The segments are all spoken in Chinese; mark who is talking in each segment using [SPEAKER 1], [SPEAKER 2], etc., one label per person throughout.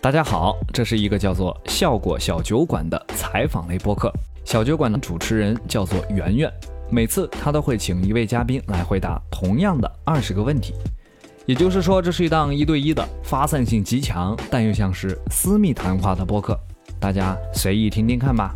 [SPEAKER 1] 大家好，这是一个叫做“效果小酒馆”的采访类播客。小酒馆的主持人叫做圆圆，每次她都会请一位嘉宾来回答同样的二十个问题。也就是说，这是一档一对一的、发散性极强，但又像是私密谈话的播客。大家随意听听看吧。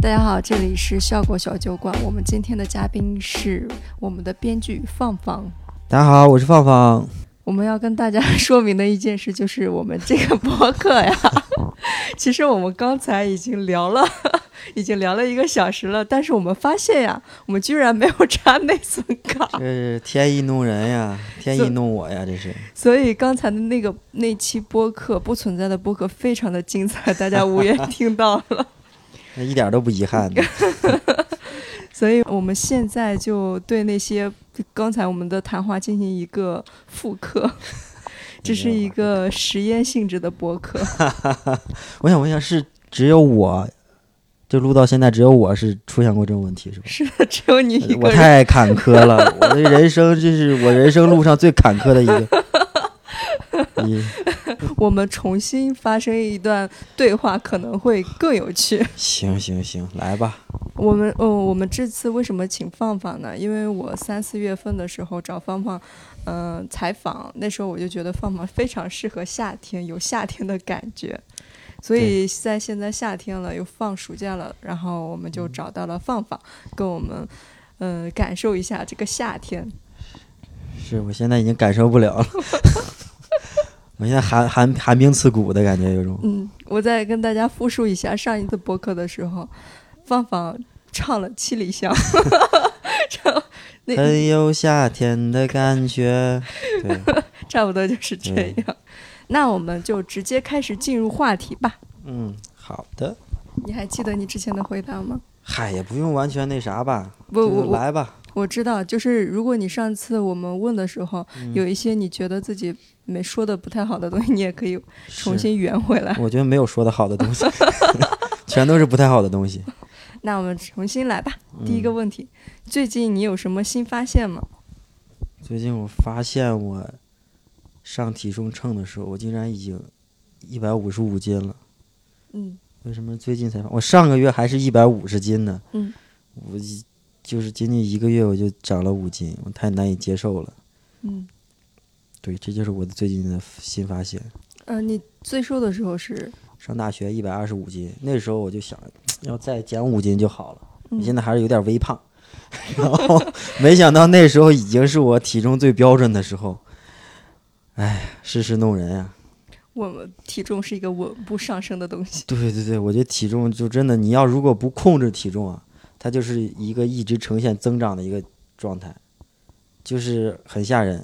[SPEAKER 2] 大家好，这里是效果小酒馆。我们今天的嘉宾是我们的编剧放放。
[SPEAKER 3] 大家好，我是放放。
[SPEAKER 2] 我们要跟大家说明的一件事就是，我们这个播客呀， 其实我们刚才已经聊了， 已经聊了一个小时了，但是我们发现呀，我们居然没有插内存卡，
[SPEAKER 3] 这是天意弄人呀，天意弄我呀，这是。
[SPEAKER 2] 所以刚才的那个那期播客不存在的播客非常的精彩，大家无缘听到了。
[SPEAKER 3] 那一点都不遗憾的。
[SPEAKER 2] 所以我们现在就对那些刚才我们的谈话进行一个复 刻，这是一个实验性质的播 客。
[SPEAKER 3] 我想问一下，是只有我，就录到现在，只有我是出现过这种问题是吧？
[SPEAKER 2] 是的，只有你一
[SPEAKER 3] 我
[SPEAKER 2] 个人。
[SPEAKER 3] 太坎坷 了，我的人生这是我人生路上最坎坷的一个。 咦，
[SPEAKER 2] 我们重新发生一段对话可能会更有趣。
[SPEAKER 3] 行行行，来吧。
[SPEAKER 2] 我们哦，我们这次为什么请放放呢？因为我三四月份的时候找放放，嗯、采访，那时候我就觉得放放非常适合夏天，有夏天的感觉，所以在现在夏天了，又放暑假了，然后我们就找到了放放，跟我们。嗯，感受一下这个夏天。
[SPEAKER 3] 是我现在已经感受不了 了，我现在寒寒寒冰刺骨的感觉，有种。
[SPEAKER 2] 嗯，我再跟大家复述一下上一次播客的时候，放放唱了《七里香》 唱，那
[SPEAKER 3] 很有夏天的感觉，对，
[SPEAKER 2] 差不多就是这样。那我们就直接开始进入话题吧。
[SPEAKER 3] 嗯，好的。
[SPEAKER 2] 你还记得你之前的回答吗？
[SPEAKER 3] 嗨，也不用完全那啥吧，
[SPEAKER 2] 不
[SPEAKER 3] 就是
[SPEAKER 2] 我我
[SPEAKER 3] 来吧。
[SPEAKER 2] 我知道，就是如果你上次我们问的时候，
[SPEAKER 3] 嗯
[SPEAKER 2] 有一些你觉得自己没说的不太好的东西，你也可以重
[SPEAKER 3] 是，
[SPEAKER 2] 新圆回来。
[SPEAKER 3] 我觉得没有说的好的东西， 全都是不太好的东西。
[SPEAKER 2] 那我们重新来吧。
[SPEAKER 3] 嗯
[SPEAKER 2] 第一个问题，最近你有什么新发现吗？
[SPEAKER 3] 最近我发现我上体重秤的时候，我竟然已经一百五十五斤了。
[SPEAKER 2] 嗯，
[SPEAKER 3] 为什么最近才发？我上个月还是一百五十斤呢。
[SPEAKER 2] 嗯，
[SPEAKER 3] 我一就是仅仅一个月我就长了五斤，我太难以接受了。
[SPEAKER 2] 嗯，
[SPEAKER 3] 对，这就是我的最近的新发现。
[SPEAKER 2] 呃，你最瘦的时候是，
[SPEAKER 3] 上大学一百二十五斤，那时候我就想要再减五斤就好了。
[SPEAKER 2] 嗯
[SPEAKER 3] 我现在还是有点微胖， 然后没想到那时候已经是我体重最标准的时候。哎，世事弄人呀、
[SPEAKER 2] 我们体重是一个稳步上升的东西。
[SPEAKER 3] 对对对，我觉得体重就真的，你要如果不控制体重啊，它就是一个一直呈现增长的一个状态，就是很吓人。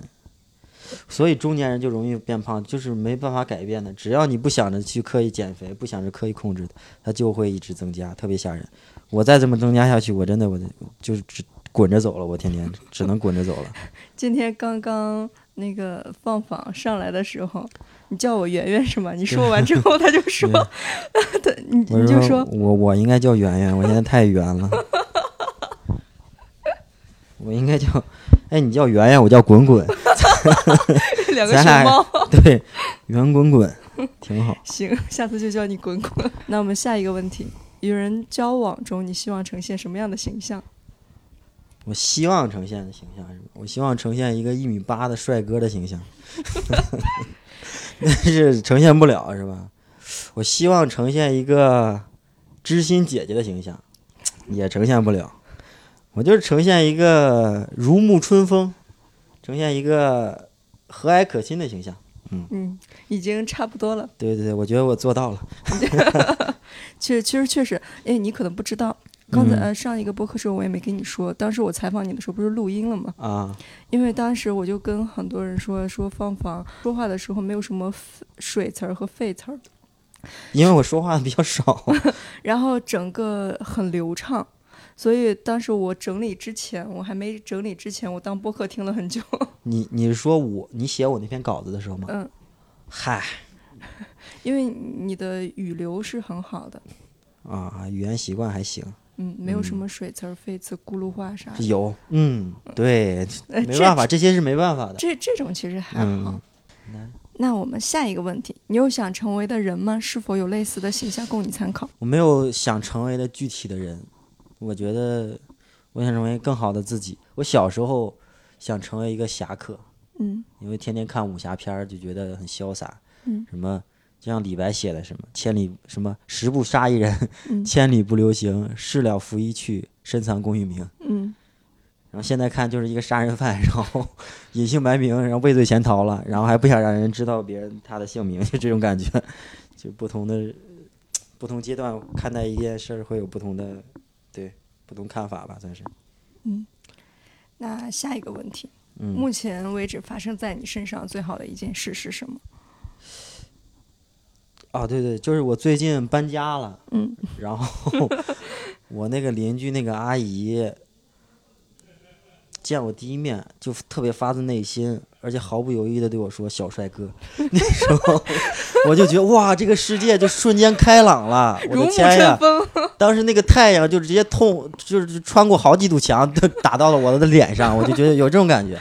[SPEAKER 3] 所以中年人就容易变胖，就是没办法改变的。只要你不想着去刻意减肥，不想着刻意控制，它就会一直增加，特别吓人。我再这么增加下去，我真的我就是只滚着走了，我天天只能滚着走了。
[SPEAKER 2] 今天刚刚那个放放上来的时候，你叫我圆圆是吗？你说完之 后，他就说， 他你
[SPEAKER 3] 我
[SPEAKER 2] 你就说，
[SPEAKER 3] 我我应该叫圆圆，我现在太圆了，我应该叫，哎，你叫圆圆，我叫滚滚，
[SPEAKER 2] 两个
[SPEAKER 3] 咱
[SPEAKER 2] 熊
[SPEAKER 3] 俩
[SPEAKER 2] 猫。
[SPEAKER 3] 对，圆滚滚，挺好。
[SPEAKER 2] 行，下次就叫你滚滚。 那我们下一个问题，与人交往中，你希望呈现什么样的形象？
[SPEAKER 3] 我希望呈现的形象是什么，我希望呈现一个一米八的帅哥的形象， 但是呈现不了是吧？我希望呈现一个知心姐姐的形象，也呈现不了。我就是呈现一个如沐春风，呈现一个和蔼可亲的形象。
[SPEAKER 2] 嗯，已经差不多了。
[SPEAKER 3] 对对对，我觉得我做到了。
[SPEAKER 2] 其实其实确实，哎，你可能不知道。刚才、
[SPEAKER 3] 嗯
[SPEAKER 2] 呃、上一个播客时候我也没跟你说，当时我采访你的时候不是录音了吗？
[SPEAKER 3] 啊，
[SPEAKER 2] 因为当时我就跟很多人说说芳芳说话的时候没有什么 f- 水词儿和废词儿，
[SPEAKER 3] 因为我说话比较少，
[SPEAKER 2] 然后整个很流畅，所以当时我整理之前，我还没整理之前，我当播客听了很久。
[SPEAKER 3] 你你是说我你写我那篇稿子的时候吗？
[SPEAKER 2] 嗯，
[SPEAKER 3] 嗨
[SPEAKER 2] 因为你的语流是很好的，
[SPEAKER 3] 啊，语言习惯还行，
[SPEAKER 2] 嗯，没有什么水词儿、废词、轱辘话啥的。
[SPEAKER 3] 有，嗯，对，
[SPEAKER 2] 呃
[SPEAKER 3] 没
[SPEAKER 2] 这
[SPEAKER 3] 办法，这些是没办法的。
[SPEAKER 2] 这这种其实还好。
[SPEAKER 3] 嗯，
[SPEAKER 2] 那我们下一个问题，你有想成为的人吗？是否有类似的写下供你参考？
[SPEAKER 3] 我没有想成为的具体的人，我觉得我想成为更好的自己。我小时候想成为一个侠客，
[SPEAKER 2] 嗯
[SPEAKER 3] 因为天天看武侠片儿就觉得很潇洒，
[SPEAKER 2] 嗯
[SPEAKER 3] 什么就像李白写的什么“千里什么十步杀一人，
[SPEAKER 2] 嗯
[SPEAKER 3] 千里不留行，事了拂衣去，深藏功与名”。
[SPEAKER 2] 嗯
[SPEAKER 3] 然后现在看就是一个杀人犯， 然后隐姓埋名，然后畏罪潜逃了，然后还不想让人知道别人他的姓名，就这种感觉。 就不同的不同阶段看待一件事儿会有不同的对不同看法吧，算是。
[SPEAKER 2] 那下一个问题，
[SPEAKER 3] 嗯，
[SPEAKER 2] 目前为止发生在你身上最好的一件事是什么？
[SPEAKER 3] 哦，对对，就是我最近搬家了，
[SPEAKER 2] 嗯
[SPEAKER 3] 然后我那个邻居那个阿姨见我第一面就特别发自内心，而且毫不犹豫的对我说“小帅哥”， 那时候我就觉得哇，这个世界就瞬间开朗了，我
[SPEAKER 2] 如
[SPEAKER 3] 的
[SPEAKER 2] 沐
[SPEAKER 3] 天呀
[SPEAKER 2] 春！风。
[SPEAKER 3] 当时那个太阳就直接痛，就是穿过好几堵墙，都打到了我的脸上，我就觉得有这种感觉。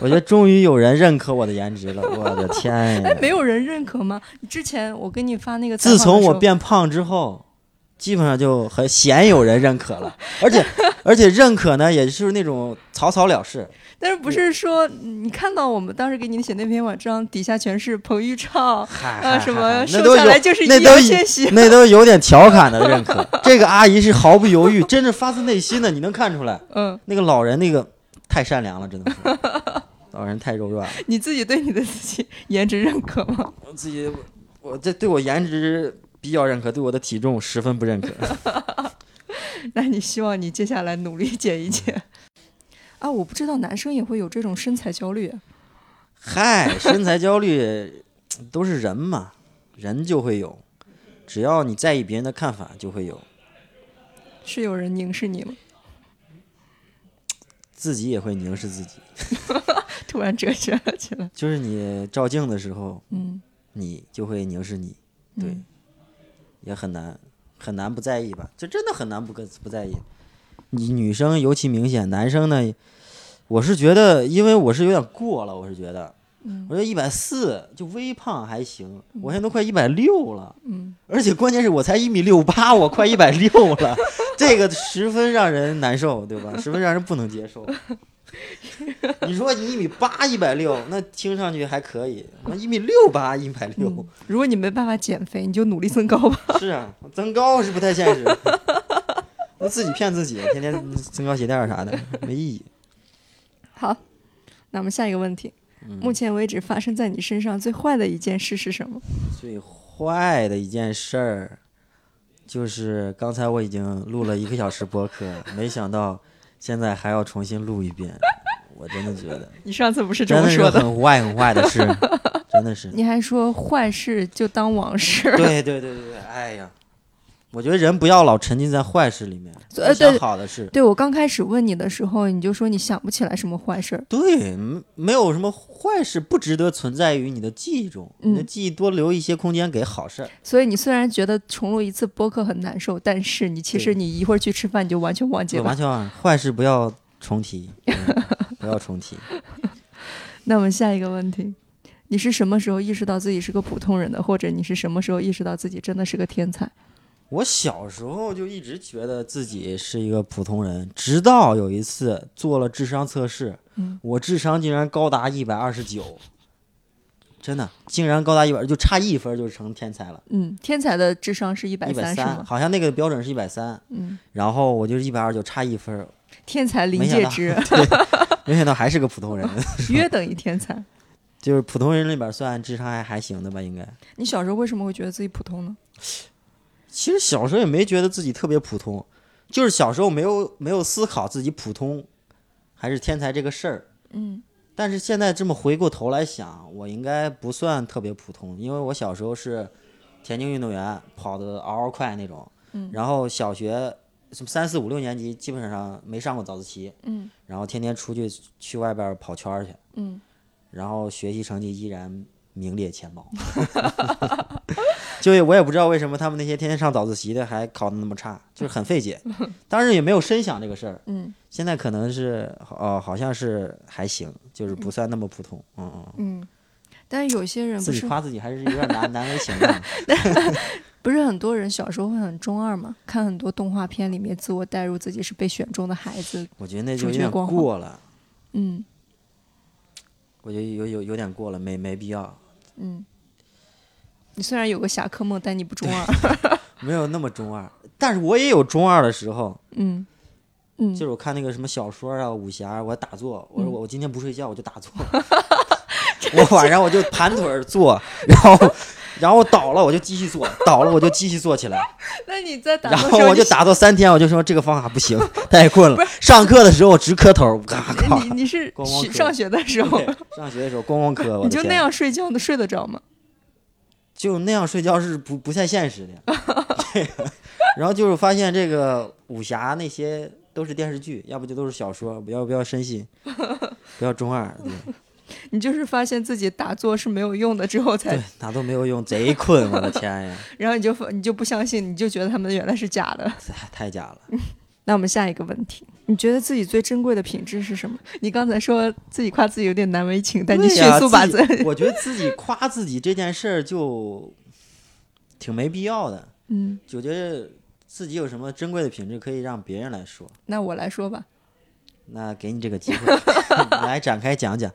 [SPEAKER 3] 我觉得终于有人认可我的颜值了，我的天呀！
[SPEAKER 2] 哎没有人认可吗？之前我给你发那个采
[SPEAKER 3] 自
[SPEAKER 2] 访的时候，
[SPEAKER 3] 从我变胖之后，基本上就很鲜有人认可 了，而且而且认可呢，也就是那种草草了事。
[SPEAKER 2] 但是不是说你看到我们当时给你写那篇文章底下全是彭昱畅
[SPEAKER 3] 嗨嗨
[SPEAKER 2] 啊什么
[SPEAKER 3] 嗨
[SPEAKER 2] 瘦
[SPEAKER 3] 那都
[SPEAKER 2] 下
[SPEAKER 3] 有
[SPEAKER 2] 来就是
[SPEAKER 3] 那
[SPEAKER 2] 易
[SPEAKER 3] 都
[SPEAKER 2] 烊
[SPEAKER 3] 有
[SPEAKER 2] 千玺，
[SPEAKER 3] 那都有点调 侃的认可。这个阿姨是毫不犹豫，真是发自内心的，你能看出来。
[SPEAKER 2] 嗯，
[SPEAKER 3] 那个老人那个太善良了，真的是老人太柔软了。
[SPEAKER 2] 你自己对你的自己 颜值认可吗？
[SPEAKER 3] 我自己，我这对我颜值比较认可，对我的体重十分不认可。
[SPEAKER 2] 那你希望你接下来努力减一减。啊，我不知道男生也会有这种身材焦虑。啊
[SPEAKER 3] 嗨，身材焦虑都是人嘛，人就会有，只要你在意别人的看法，就会有，
[SPEAKER 2] 是有人凝视你吗？
[SPEAKER 3] 自己也会凝视自己。
[SPEAKER 2] 突然哲学了起来。
[SPEAKER 3] 就是你照镜的时候，
[SPEAKER 2] 嗯，
[SPEAKER 3] 你就会凝视你，对，
[SPEAKER 2] 嗯
[SPEAKER 3] 也很难很难不在意吧？这真的很难不跟不在意。你女生尤其明显，男生呢，我是觉得，因为我是有点过了，我是觉得，
[SPEAKER 2] 嗯
[SPEAKER 3] 我觉得一百四就微胖还行，我现在都快一百六了，
[SPEAKER 2] 嗯，
[SPEAKER 3] 而且关键是我才一米六八，我快一百六了，这个十分让人难受，对吧？十分让人不能接受。你说你一米八一百六，那听上去还可以，我一米六八一百六，
[SPEAKER 2] 如果你没办法减肥，你就努力增高吧。
[SPEAKER 3] 是啊，增高是不太现实， 那自己骗自己，天天增高鞋垫儿啥的，没意义。
[SPEAKER 2] 好，那我们下一个问题。
[SPEAKER 3] 嗯
[SPEAKER 2] 目前为止发生在你身上最坏的一件事是什么？
[SPEAKER 3] 最坏的一件事儿，就是刚才我已经录了一个小时播客，没想到现在还要重新录一遍，我真的觉得
[SPEAKER 2] 你上次不是这
[SPEAKER 3] 真
[SPEAKER 2] 么
[SPEAKER 3] 的是
[SPEAKER 2] 说的？
[SPEAKER 3] 很坏很坏的事， 真的是。
[SPEAKER 2] 你还说坏事就当往事。
[SPEAKER 3] 对对对对对，哎呀，我觉得人不要老沉浸在坏事里面，
[SPEAKER 2] 呃
[SPEAKER 3] 想
[SPEAKER 2] 对
[SPEAKER 3] 好的事。
[SPEAKER 2] 对我刚开始问你的时候，你就说你想不起来什么坏事儿。
[SPEAKER 3] 对，没没有什么坏事不值得存在于你的记忆中，你的
[SPEAKER 2] 嗯
[SPEAKER 3] 记忆多留一些空间给好事儿。
[SPEAKER 2] 所以你虽然觉得重录一次播客很难受，但是你其实
[SPEAKER 3] 对
[SPEAKER 2] 你一会儿去吃饭你就完全忘记
[SPEAKER 3] 对完
[SPEAKER 2] 了。
[SPEAKER 3] 全忘了坏事不要重提，嗯不要重提。
[SPEAKER 2] 那我们下一个问题，你是什么时候意识到自己是个普通人的，或者你是什么时候意识到自己真的是个天才？
[SPEAKER 3] 我小时候就一直觉得自己是一个普通人，直到有一次做了智商测试，
[SPEAKER 2] 嗯
[SPEAKER 3] 我智商竟然高达一百二十九，真的竟然高达一百，就差一分就成天才了，
[SPEAKER 2] 嗯，天才的智商是一百
[SPEAKER 3] 一百
[SPEAKER 2] 三是
[SPEAKER 3] 三，
[SPEAKER 2] 吗？
[SPEAKER 3] 好像那个标准是一百三，
[SPEAKER 2] 嗯，
[SPEAKER 3] 然后我就是一百二十九，差一分，
[SPEAKER 2] 天才临
[SPEAKER 3] 没想
[SPEAKER 2] 界
[SPEAKER 3] 到
[SPEAKER 2] 值
[SPEAKER 3] 没想到还是个普通人，
[SPEAKER 2] 约等于天才。
[SPEAKER 3] 就是普通人里边算智商还还行的吧，应该。
[SPEAKER 2] 你小时候为什么会觉得自己普通呢？
[SPEAKER 3] 其实小时候也没觉得自己特别普通，就是小时候没有没有思考自己普通还是天才这个事儿。
[SPEAKER 2] 嗯，
[SPEAKER 3] 但是现在这么回过头来想，我应该不算特别普通，因为我小时
[SPEAKER 2] 嗯
[SPEAKER 3] 候是田径运动员，跑得嗷嗷快那种。然后小学什么三四五六年级基本上没上过早自习，
[SPEAKER 2] 嗯
[SPEAKER 3] 然后天天出去去外边儿跑圈儿去，
[SPEAKER 2] 嗯，
[SPEAKER 3] 然后学习成绩依然名列前茅。就是我也不知道为什么他们那些天天上早自习的还考得那么差，就是很 费解。当时也没有深想这个事儿，
[SPEAKER 2] 嗯，
[SPEAKER 3] 现在可能是呃好像是还行，就是不算那么普通，嗯嗯。
[SPEAKER 2] 嗯，但是有些人不
[SPEAKER 3] 自己
[SPEAKER 2] 是
[SPEAKER 3] 夸自己还是有点难难为情啊 的，
[SPEAKER 2] 不是很多人小时候会很中二嘛？看很多动画片里面，自我代入自己是被选中的孩子。
[SPEAKER 3] 我觉得那
[SPEAKER 2] 主
[SPEAKER 3] 就有
[SPEAKER 2] 角
[SPEAKER 3] 点
[SPEAKER 2] 光环
[SPEAKER 3] 过了，
[SPEAKER 2] 嗯
[SPEAKER 3] 我觉得有有有点过了，没没必要，
[SPEAKER 2] 嗯，你虽然有个侠客梦，但你不中 二。
[SPEAKER 3] 没有那么中二。但是我也有中二的时候，
[SPEAKER 2] 嗯
[SPEAKER 3] 就
[SPEAKER 2] 嗯，
[SPEAKER 3] 是我看那个什么小说啊、武侠，我还打坐，我说我我今天不睡觉，我就打坐， 我晚上我就盘腿儿坐，然后 然后倒了我就继续坐，倒了我就继续坐起来，
[SPEAKER 2] 那啊你在打
[SPEAKER 3] 然
[SPEAKER 2] 的时
[SPEAKER 3] 后
[SPEAKER 2] 候，
[SPEAKER 3] 我就打坐三天，我就说这个方法 不行，太困了。上课的时候我直磕头，嘎嘎
[SPEAKER 2] 你，你你是
[SPEAKER 3] 光光
[SPEAKER 2] 学
[SPEAKER 3] 磕
[SPEAKER 2] 上学的时候，
[SPEAKER 3] 对上学的时候咣咣磕，我
[SPEAKER 2] 你
[SPEAKER 3] 的
[SPEAKER 2] 就
[SPEAKER 3] 天啊
[SPEAKER 2] 那样睡觉，能睡得着吗？
[SPEAKER 3] 就那样睡觉是不不太现实的， 这个然后就是发现这个武侠那些都是电视剧，要不就都是小说，不要不要 深信，不要中二，对。
[SPEAKER 2] 你就是发现自己打坐是没有用的之后才
[SPEAKER 3] 对，，哪都没有用，贼困，我的天 呀，
[SPEAKER 2] 然后你就你就不相信，你就觉得他们原来是假的。
[SPEAKER 3] 太太假了。
[SPEAKER 2] 那我们下一个问题，你觉得自己最珍贵的品质是什么？你刚才说自己夸自己有点难为情，但你
[SPEAKER 3] 对
[SPEAKER 2] 迅
[SPEAKER 3] 呀
[SPEAKER 2] 速把
[SPEAKER 3] 自
[SPEAKER 2] 自
[SPEAKER 3] 己，我觉得自己夸自己这件事儿就挺没必要的。
[SPEAKER 2] 嗯，
[SPEAKER 3] 就觉得自己有什么珍贵的品质可以让别人来说，
[SPEAKER 2] 那我来说吧，
[SPEAKER 3] 那给你这个机会， 来展开讲讲。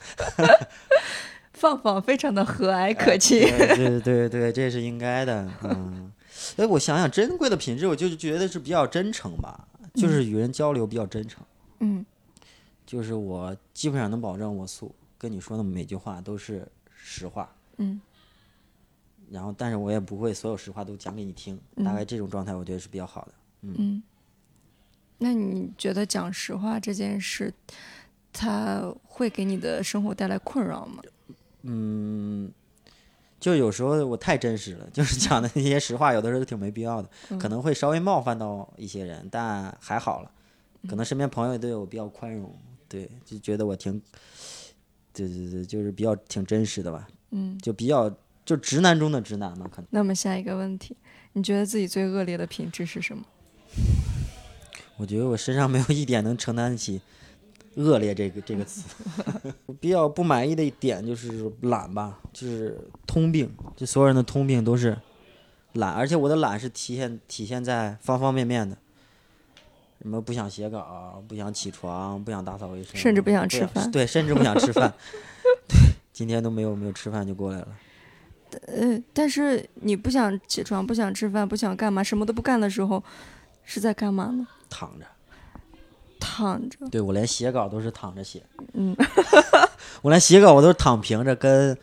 [SPEAKER 2] 放放非常的和蔼可亲。
[SPEAKER 3] 对对对对，这是应该的。嗯，哎，我想想，珍贵的品质，我就是觉得是比较真诚吧，就是与人交流比较真诚。
[SPEAKER 2] 嗯
[SPEAKER 3] 就是我基本上能保证我所跟你说的每句话都是实话，
[SPEAKER 2] 嗯
[SPEAKER 3] 然后但是我也不会所有实话都讲给你听，大概这种状态我觉得是比较好的。
[SPEAKER 2] 嗯，那你觉得讲实话这件事，它会给你的生活带来困扰吗？
[SPEAKER 3] 就有时候我太真实了，就是讲的那些实话，有的时候挺没必要的，可能会稍微冒犯到一些人，但还好了，可能身边朋友对我比较宽容，对，就觉得我挺，对对对，就是比较挺真实的吧，
[SPEAKER 2] 嗯，
[SPEAKER 3] 就比较就直男中的直男嘛，可能
[SPEAKER 2] 那么下一个问题，你觉得自己最恶劣的品质是什么？
[SPEAKER 3] 我觉得我身上没有一点能承担起“恶劣”这个这个词。我比较不满意的一点就是懒吧，就是通病，就所有人的通病都是懒，而且我的懒是体现体现在方方面面的，什么不想写稿，不想起床，不想打扫卫生，
[SPEAKER 2] 甚至不想吃饭
[SPEAKER 3] 对，甚至不想 吃饭。对，今天都没有没有吃饭就过来了。
[SPEAKER 2] 呃，但是你不想起床、不想吃饭、不想干嘛、什么都不干的时候，是在干嘛呢？
[SPEAKER 3] 躺着，
[SPEAKER 2] 躺着。
[SPEAKER 3] 对我连写稿都是躺着写，
[SPEAKER 2] 嗯，
[SPEAKER 3] 我连写稿我都是躺平着跟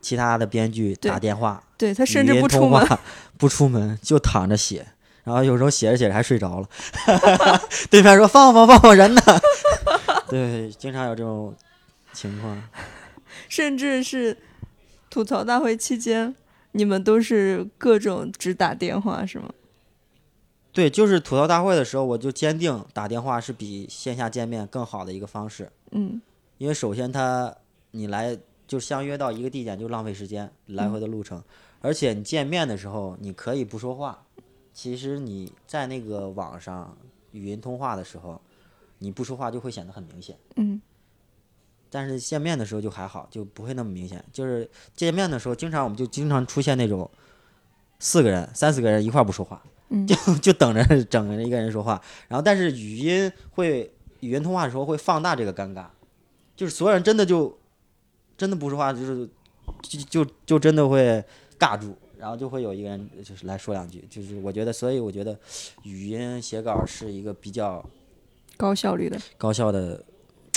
[SPEAKER 3] 其他的编剧
[SPEAKER 2] 对
[SPEAKER 3] 打电话，
[SPEAKER 2] 对他
[SPEAKER 3] 语
[SPEAKER 2] 甚至
[SPEAKER 3] 音
[SPEAKER 2] 不出
[SPEAKER 3] 通
[SPEAKER 2] 门。
[SPEAKER 3] 话，不出门就躺着写，然后有时候写着写着还睡着了， 对面说放放放放人呢， 对，经常有这种情况，
[SPEAKER 2] 甚至是吐槽大会期间，你们都是各种只打电话是吗？
[SPEAKER 3] 对，就是吐槽大会的时候，我就坚定打电话是比线下见面更好的一个方式，
[SPEAKER 2] 嗯
[SPEAKER 3] 因为首先他你来就相约到一个地点就浪费时间，来回的路程，而且你见面的时候你可以不说话，其实你在那个网上语音通话的时候，你不说话就会显得很明显。
[SPEAKER 2] 嗯
[SPEAKER 3] 但是见面的时候就还好，就不会那么明显。就是见面的时候，经常我们就经常出现那种四个人、三四个人一块儿不说话，
[SPEAKER 2] 嗯
[SPEAKER 3] 就就等着整着一个人说话。然后，但是语音会语音通话的时候会放大这个尴尬，就是所有人真的就真的不说话，就是就就就真的会尬住，然后就会有一个人就是来说两句。就是我觉得，所以我觉得语音写稿是一个比较
[SPEAKER 2] 高效率的。
[SPEAKER 3] 高效的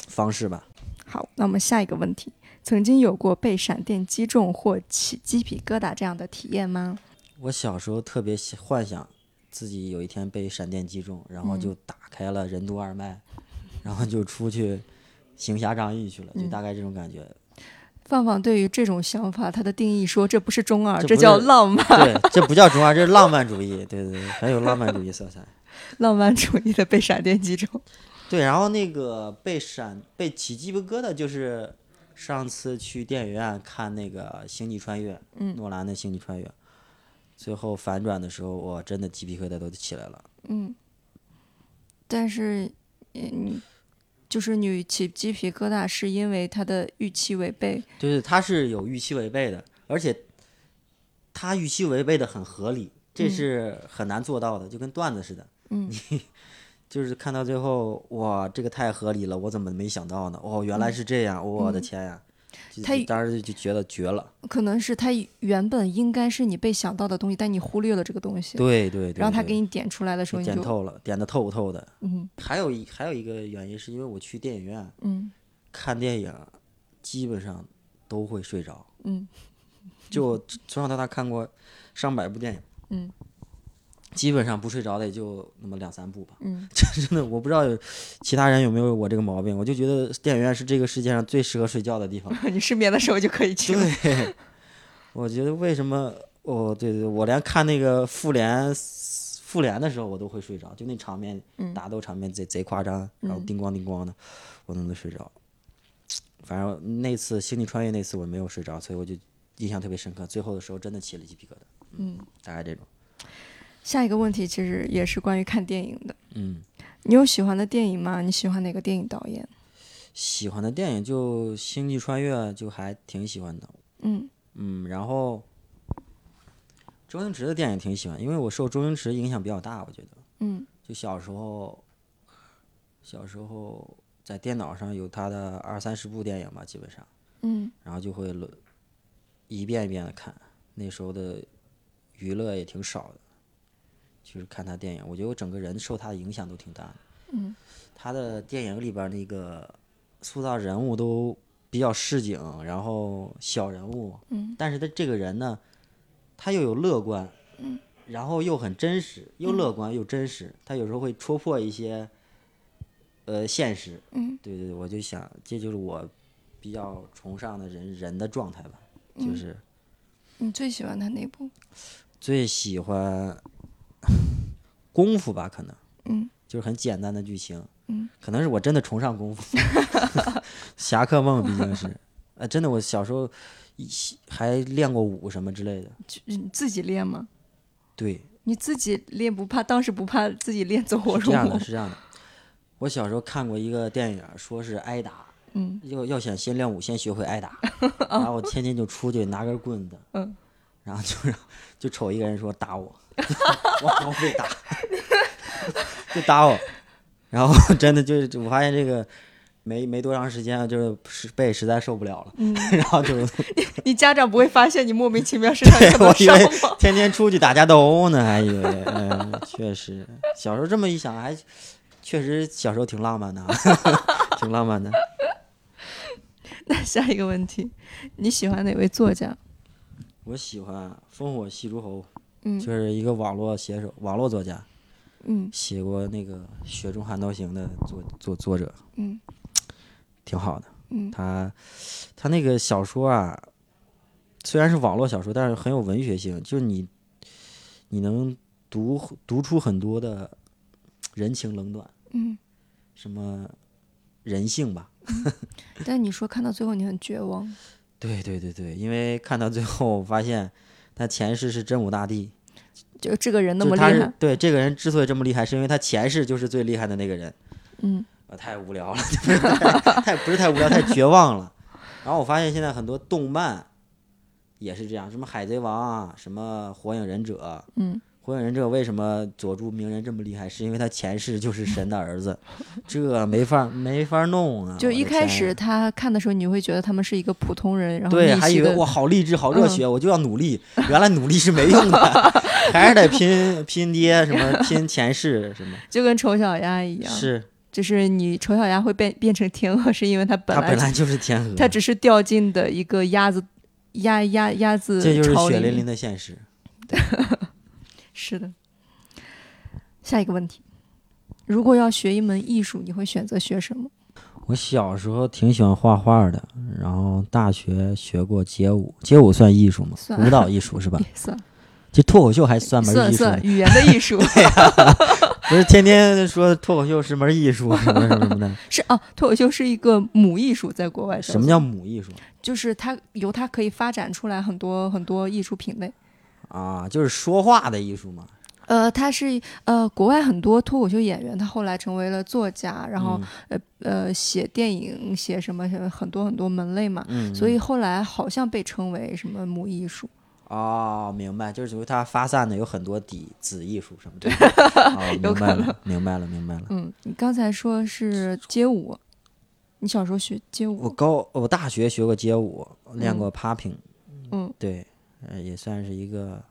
[SPEAKER 3] 方式吧。
[SPEAKER 2] 好，那我们下一个问题：曾经有过被闪电击中或起鸡皮疙瘩这样的体验吗？
[SPEAKER 3] 我小时候特别喜幻想自己有一天被闪电击中，然后就打开了任督二脉，然后就出去行侠仗义去了，就大概这种感觉。
[SPEAKER 2] 范范对于这种想法，他的定义说这不是中二，
[SPEAKER 3] 这
[SPEAKER 2] 这
[SPEAKER 3] 不是
[SPEAKER 2] 叫浪漫，
[SPEAKER 3] 对，这不叫中二，这是浪漫主义，对对对，很有浪漫主义色彩。
[SPEAKER 2] 浪漫主义的被闪电击中。
[SPEAKER 3] 对，然后那个被闪被起鸡皮疙瘩，就是上次去电影院看那个《星际穿越》，
[SPEAKER 2] 嗯
[SPEAKER 3] 诺兰的《星际穿越》，最后反转的时候，我真的鸡皮疙瘩都起来了。
[SPEAKER 2] 嗯， 但是，嗯，就是你起鸡皮疙瘩是因为他的预期违背，
[SPEAKER 3] 对对，它是有预期违背的，而且它预期违背的很合理，这是很难做到的，就跟段子似的。
[SPEAKER 2] 嗯
[SPEAKER 3] 你 就是看到最后，哇，这个太合理了，我怎么没想到呢？哦，
[SPEAKER 2] 嗯
[SPEAKER 3] 原来是这样，我的天呀！就
[SPEAKER 2] 它
[SPEAKER 3] 就当时就觉得绝了。
[SPEAKER 2] 可能是他原本应该是你被想到的东西，但你忽略了这个东西。
[SPEAKER 3] 对对对，
[SPEAKER 2] 然后他
[SPEAKER 3] 对
[SPEAKER 2] 给你点出来的时候，
[SPEAKER 3] 就
[SPEAKER 2] 你
[SPEAKER 3] 点
[SPEAKER 2] 就
[SPEAKER 3] 透了，点的透透的。
[SPEAKER 2] 嗯
[SPEAKER 3] 还有一还有一个原因是因为我去电影院
[SPEAKER 2] 嗯
[SPEAKER 3] 看电影，基本上都会睡着。
[SPEAKER 2] 嗯，
[SPEAKER 3] 就我从小到大看过上百部电影，
[SPEAKER 2] 嗯，
[SPEAKER 3] 基本上不睡着的也就那么两三部吧。
[SPEAKER 2] 嗯，
[SPEAKER 3] 真的，我不知道有其他人有没有我这个毛病，我就觉得电影院是这个世界上最适合睡觉的地方。
[SPEAKER 2] 你失眠的时候就可以去。
[SPEAKER 3] 对， 我觉得为什么哦，对对，我连看那个复联复联的时候，我都会睡着，就那场面、
[SPEAKER 2] 嗯
[SPEAKER 3] 打斗场面贼贼夸张，然后叮咣叮咣的，我都能睡着。反正那次星际穿越那次我没有睡着，所以我就印象特别深刻。最后的时候真的起了鸡皮疙瘩，
[SPEAKER 2] 嗯，
[SPEAKER 3] 大概这种。
[SPEAKER 2] 下一个问题其实也是关于看电影的，
[SPEAKER 3] 嗯，
[SPEAKER 2] 你有喜欢的电影吗？你喜欢哪个电影导演？
[SPEAKER 3] 喜欢的电影就《星际穿越》，就还挺喜欢的。
[SPEAKER 2] 嗯
[SPEAKER 3] 嗯，然后周星驰的电影挺喜欢，因为我受周星驰影响比较大，我觉得。
[SPEAKER 2] 嗯
[SPEAKER 3] 就小时候，小时候在电脑上有他的二三十部电影吧，基本上，
[SPEAKER 2] 嗯
[SPEAKER 3] 然后就会轮一遍一遍的看。那时候的娱乐也挺少的，就是看他电影。我觉得我整个人受他的影响都挺大的。
[SPEAKER 2] 嗯，
[SPEAKER 3] 他的电影里边那个塑造人物都比较市井，然后小人物，
[SPEAKER 2] 嗯，
[SPEAKER 3] 但是他这个人呢，他又有乐观，
[SPEAKER 2] 嗯
[SPEAKER 3] 然后又很真实，又乐观又真实，他有时候会戳破一些，呃，现实。
[SPEAKER 2] 嗯，
[SPEAKER 3] 对对对，我就想，这就是我比较崇尚的人人的状态吧，
[SPEAKER 2] 嗯
[SPEAKER 3] 就是
[SPEAKER 2] 你最喜欢他哪部？
[SPEAKER 3] 最喜欢功夫吧，可能，
[SPEAKER 2] 嗯，
[SPEAKER 3] 就是很简单的剧情，
[SPEAKER 2] 嗯，
[SPEAKER 3] 可能是我真的崇尚 功夫，侠客梦毕竟是，呃，真的，我小时候一还练过武什么之类的，
[SPEAKER 2] 就你自己练吗？
[SPEAKER 3] 对，
[SPEAKER 2] 你自己练不怕，当时不怕自己练走火
[SPEAKER 3] 是这
[SPEAKER 2] 入
[SPEAKER 3] 样
[SPEAKER 2] 魔
[SPEAKER 3] 的，。是这样的。我小时候看过一个电影，说是挨打，
[SPEAKER 2] 嗯，
[SPEAKER 3] 要要想先练武，先学会 挨打。然后我天天就出去拿根棍子，
[SPEAKER 2] 嗯，
[SPEAKER 3] 然后就让就瞅一个人说 打我，我好被打，就打我。然后真的就是我发现这个没没多长时间，啊就是实被实在受不了了，
[SPEAKER 2] 嗯
[SPEAKER 3] 然后就
[SPEAKER 2] 你家长不会发现你莫名其妙身上 这么
[SPEAKER 3] 我以
[SPEAKER 2] 伤
[SPEAKER 3] 为
[SPEAKER 2] 吗？
[SPEAKER 3] 天天出去打架斗殴呢，还以为，嗯，确实，小时候这么一想，还确实小时候挺浪漫的啊， 挺浪漫的。
[SPEAKER 2] 那下一个问题，你喜欢哪位作家？
[SPEAKER 3] 我喜欢《烽火戏诸侯》，
[SPEAKER 2] 嗯
[SPEAKER 3] 就是一个网络写手、网络作家，
[SPEAKER 2] 嗯
[SPEAKER 3] 写过那个《雪中悍刀行》的作作作者，
[SPEAKER 2] 嗯，
[SPEAKER 3] 挺好的。
[SPEAKER 2] 嗯
[SPEAKER 3] 他他那个小说啊，虽然是网络小说，但是很有文学性，就是你你能读读出很多的人情冷暖，
[SPEAKER 2] 嗯。
[SPEAKER 3] 什么人性吧。
[SPEAKER 2] 但你说看到最后你很绝望，
[SPEAKER 3] 对对对对，因为看到最后，我发现他前世是真武大帝，
[SPEAKER 2] 就这个人那
[SPEAKER 3] 就
[SPEAKER 2] 么
[SPEAKER 3] 是
[SPEAKER 2] 厉
[SPEAKER 3] 他是
[SPEAKER 2] 害，
[SPEAKER 3] 对这个人之所以这么厉害，是因为他前世就是最厉害的那个人。
[SPEAKER 2] 嗯
[SPEAKER 3] 啊，太无聊了， 不是太太不是太无聊，太绝望了。然后我发现现在很多动漫也是这样，什么海贼王啊，什么火影忍者。
[SPEAKER 2] 嗯，
[SPEAKER 3] 火影忍者为什么佐助鸣人这么厉害？是因为他前世就是神的 儿子，这没法没法弄啊！
[SPEAKER 2] 就
[SPEAKER 3] 我
[SPEAKER 2] 一
[SPEAKER 3] 的
[SPEAKER 2] 开
[SPEAKER 3] 天呀
[SPEAKER 2] 始他看的时候，你会觉得他们是一个普通人，然后
[SPEAKER 3] 对，
[SPEAKER 2] 逆
[SPEAKER 3] 还
[SPEAKER 2] 袭
[SPEAKER 3] 以为
[SPEAKER 2] 的嗯
[SPEAKER 3] 我好励志、好热血，我就要努力。原来努力是没用的， 还是得拼拼爹，什么拼前世，什么
[SPEAKER 2] 就跟丑小鸭一样，
[SPEAKER 3] 是
[SPEAKER 2] 就是你丑小鸭会变变成天鹅，是因为它本
[SPEAKER 3] 他
[SPEAKER 2] 来
[SPEAKER 3] 本来就是天鹅，
[SPEAKER 2] 它只是掉进的一个鸭子鸭鸭鸭子
[SPEAKER 3] 这就是
[SPEAKER 2] 巢
[SPEAKER 3] 血
[SPEAKER 2] 里
[SPEAKER 3] 淋淋
[SPEAKER 2] 面
[SPEAKER 3] 的现实。
[SPEAKER 2] 是的。 下一个问题，如果要学一门艺术，你会选择学什么？
[SPEAKER 3] 我我小时候挺喜欢画画的，然后大学学过街舞，街舞算艺术吗？
[SPEAKER 2] 算
[SPEAKER 3] 舞蹈艺术是吧
[SPEAKER 2] 也？算
[SPEAKER 3] 这脱口秀还算门
[SPEAKER 2] 算
[SPEAKER 3] 艺术呢
[SPEAKER 2] 算，语言的艺 术
[SPEAKER 3] 不是天天说脱口秀是门艺术啊什么什么什 么的？
[SPEAKER 2] 是啊，脱口秀是一个母艺术，在国外叫
[SPEAKER 3] 什么
[SPEAKER 2] 做
[SPEAKER 3] 叫母艺术
[SPEAKER 2] 就是它由它可以发展出来很多很多艺术品类。
[SPEAKER 3] 啊？就是说话的艺术嘛。
[SPEAKER 2] 呃，它是呃，国外很多脱口秀演员，他后来成为了作家，然后、呃写电影、写什么什么很多很多门类嘛，
[SPEAKER 3] 嗯，嗯
[SPEAKER 2] 所以后来好像被称为什么母艺术。
[SPEAKER 3] 哦，明白，就是由它发散的有很多底子艺术什么的。 哦，明白了，明白了，明白了。
[SPEAKER 2] 嗯，你刚才说是街舞，你小时候学街
[SPEAKER 3] 我
[SPEAKER 2] 舞，
[SPEAKER 3] 高我大学学过街舞，练过 popping，
[SPEAKER 2] 嗯，
[SPEAKER 3] 对，呃，也算是一个，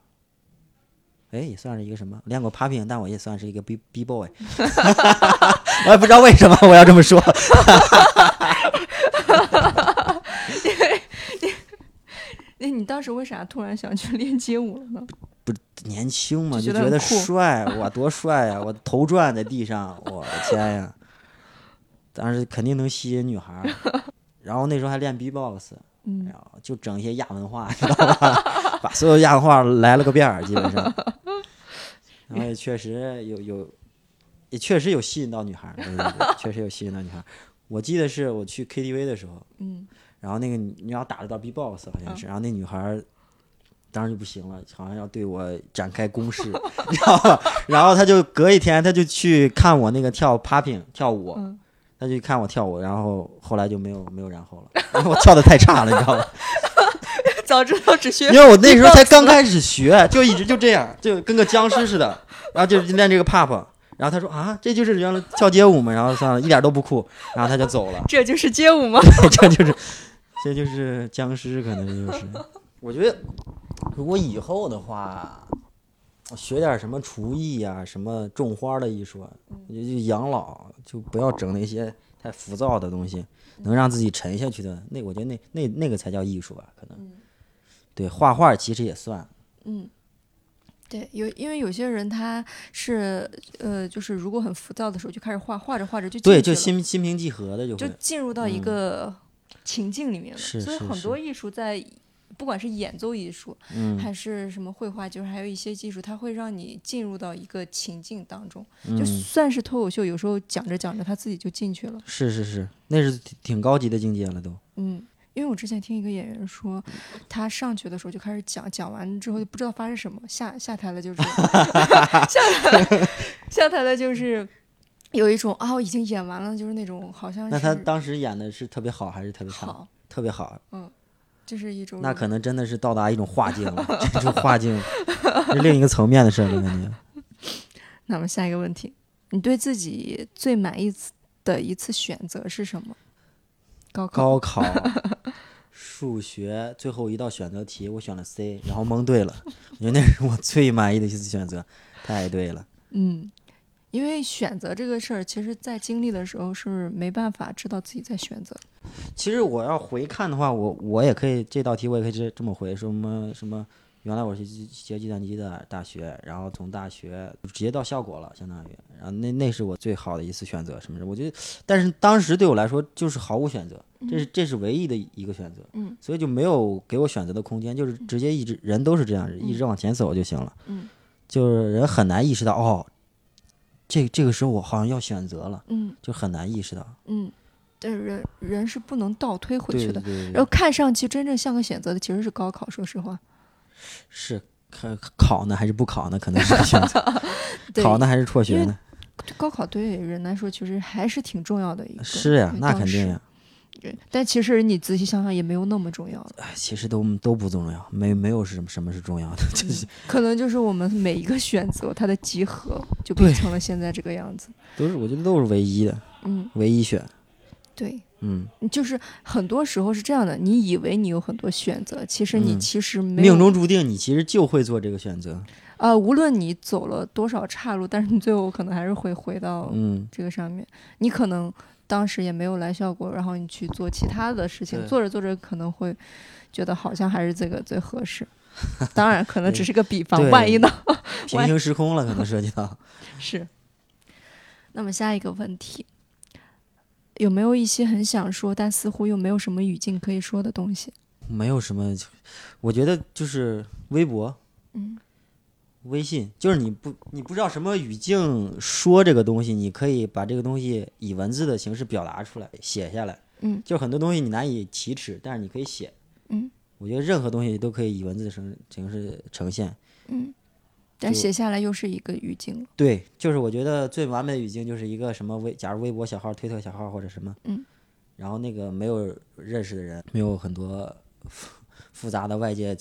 [SPEAKER 3] 哎，也算是一个什么，练过 popping，但我也算是一个 b b boy，我也哎不知道为什么我要这么 说，
[SPEAKER 2] 那哎你当时为啥突然想去练街舞了呢？
[SPEAKER 3] 年轻嘛，
[SPEAKER 2] 就
[SPEAKER 3] 就
[SPEAKER 2] 觉得很酷
[SPEAKER 3] 帅， 我多帅呀、我头转在地上，我的天呀、当时肯定能吸引女孩儿。然后那时候还练 B-box，
[SPEAKER 2] 嗯
[SPEAKER 3] 然后就整一些亚文化，知道吧？ 把所有亚文化来了个遍儿，基本上。然后也确实有有，也确实有吸引到女孩儿，对对对，确实有吸引到女孩儿。我记得是我去 KTV 的时候，
[SPEAKER 2] 嗯，
[SPEAKER 3] 然后那个女你要打得到 B-box 好像是，然后那女孩儿当时就不行了，好像要对我展开攻势， 你知道吧？然后她就隔一天，她就去看我那个跳 popping 跳舞，
[SPEAKER 2] 嗯
[SPEAKER 3] 她就看我跳舞，然后后来就没有没有然后了， 因为我跳的太差了，你知道吧？
[SPEAKER 2] 早知道只学
[SPEAKER 3] 因为我那时候才刚开始学，就一直就这样，就跟个僵尸似的，然后就练这个 pop。然后她说啊，这就是原来跳街舞嘛，然后算了，一点都不酷，然后她就走了。
[SPEAKER 2] 这就是街舞吗？
[SPEAKER 3] 这就是，这就是僵尸，可能就是。 我觉得，如果以后的话，学点什么厨艺啊，什么种花的艺术啊，
[SPEAKER 2] 嗯
[SPEAKER 3] 我觉得就养老，就不要整那些太浮躁的东西，能让自己沉下去的。那我觉得那那那个才叫艺术吧，
[SPEAKER 2] 嗯
[SPEAKER 3] 可能。对，画画其实也算。
[SPEAKER 2] 对，有因为有些人他是呃，就是如果很浮躁的时候，就开始画，画着画着就进
[SPEAKER 3] 对，
[SPEAKER 2] 去
[SPEAKER 3] 就
[SPEAKER 2] 了
[SPEAKER 3] 心心平气和的就
[SPEAKER 2] 就
[SPEAKER 3] 会。
[SPEAKER 2] 进入到一个情境里面了。
[SPEAKER 3] 嗯是
[SPEAKER 2] 所以
[SPEAKER 3] 是
[SPEAKER 2] 很
[SPEAKER 3] 是嗯
[SPEAKER 2] 多艺术在，不管是演奏艺术、还是什么绘画，就是还有一些技术，它会让你进入到一个情境当中。
[SPEAKER 3] 嗯
[SPEAKER 2] 就算是脱口秀，有时候讲着讲着，他自己就进去了。
[SPEAKER 3] 是是是，那是挺挺高级的境界了都。
[SPEAKER 2] 嗯，因为我之前听一个演员说，他上去的时候就开始讲，讲完之后就不知道发生什么，下下台了就是 下台了，下台了就是有一种啊，我已经演完了，就是那种好像
[SPEAKER 3] 那
[SPEAKER 2] 是
[SPEAKER 3] 他当时演的是特别好还是特别差？
[SPEAKER 2] 好，
[SPEAKER 3] 特别好，
[SPEAKER 2] 就是一种
[SPEAKER 3] 那可能真的是到达一种化境了，这是化境，是另一个层面的事儿了，感觉。
[SPEAKER 2] 那么下一个问题，你对自己最满意的一次选择是什么？高考
[SPEAKER 3] 高考数学最后一道选择题，我选了 C，然后蒙对了，我觉得那是我最满意的一次选择，太对了。
[SPEAKER 2] 嗯，因为选择这个事儿，其实在经历的时候是没办法知道自己在选择。
[SPEAKER 3] 其实我要回看的话，我我也可以这道题我也可以这这么回，说什么什么，原来我是学学计算机的大学，然后从大学直接到效果了，相当于，然后那那是我最好的一次选择，什么什么，我觉得，但是当时对我来说就是毫无选择，这是这是唯一的一个选择，
[SPEAKER 2] 嗯，
[SPEAKER 3] 所以就没有给我选择的空间，就是直接一直人都是这样，一直往前走就行了，
[SPEAKER 2] 嗯，
[SPEAKER 3] 就是人很难意识到哦，这这个时候我好像要选择了，
[SPEAKER 2] 嗯
[SPEAKER 3] 就很难意识到，
[SPEAKER 2] 嗯，但是人人是不能倒推回
[SPEAKER 3] 对
[SPEAKER 2] 去
[SPEAKER 3] 对
[SPEAKER 2] 的。
[SPEAKER 3] 对，
[SPEAKER 2] 然后看上去真正像个选择的其实是高考，说实话，
[SPEAKER 3] 是看考呢还是不考呢？可能是选择
[SPEAKER 2] 对，
[SPEAKER 3] 考呢还是辍学呢？
[SPEAKER 2] 高考对人来说其实还是挺重要的一个。
[SPEAKER 3] 是呀、
[SPEAKER 2] 对
[SPEAKER 3] 那
[SPEAKER 2] 嗯当
[SPEAKER 3] 肯定。
[SPEAKER 2] 时
[SPEAKER 3] 呀、
[SPEAKER 2] 对但其实你仔细想想也没有那么重要了，
[SPEAKER 3] 哎其实都都不重要，没没有什么什么是重要的， 就是
[SPEAKER 2] 可能就是我们每一个选择它的集合就
[SPEAKER 3] 对
[SPEAKER 2] 变成了现在这个样子。
[SPEAKER 3] 都是我觉得都是唯一的，
[SPEAKER 2] 嗯，
[SPEAKER 3] 唯一选。
[SPEAKER 2] 对，
[SPEAKER 3] 嗯，
[SPEAKER 2] 就是很多时候是这样的，你以为你有很多选择，其实你
[SPEAKER 3] 嗯
[SPEAKER 2] 其实没有。
[SPEAKER 3] 命中注定你其实就会做这个选择。
[SPEAKER 2] 呃，无论你走了多少岔路，但是你最后可能还是会回到
[SPEAKER 3] 嗯，
[SPEAKER 2] 这个上面。你可能当时也没有来效果，然后你去做其他的事情，
[SPEAKER 3] 对
[SPEAKER 2] 做着做着可能会觉得好像还是这个最合 适。当然，可能只是个比方，
[SPEAKER 3] 对
[SPEAKER 2] 万一呢？
[SPEAKER 3] 平行时空了，可能涉及到。
[SPEAKER 2] 是。那么下一个问题，有没有一些很想说，但似乎又没有什么语境可以说的东西？
[SPEAKER 3] 没有什么，我觉得就是微博、
[SPEAKER 2] 嗯
[SPEAKER 3] 微信，就是你不你不知道什么语境说这个东西，你可以把这个东西以文字的形式表达出来，写下来。
[SPEAKER 2] 嗯，
[SPEAKER 3] 就很多东西你难以启齿，但是你可以写。
[SPEAKER 2] 嗯，
[SPEAKER 3] 我觉得任何东西都可以以文字的形形式呈现。
[SPEAKER 2] 嗯，但
[SPEAKER 3] 就
[SPEAKER 2] 写下来又是一个语境了。
[SPEAKER 3] 对，就是我觉得最完美的语境就是一个什么微，假如微博小号、推特小号或者什么，
[SPEAKER 2] 嗯，
[SPEAKER 3] 然后那个没有认识的人，没有很多复复杂的外界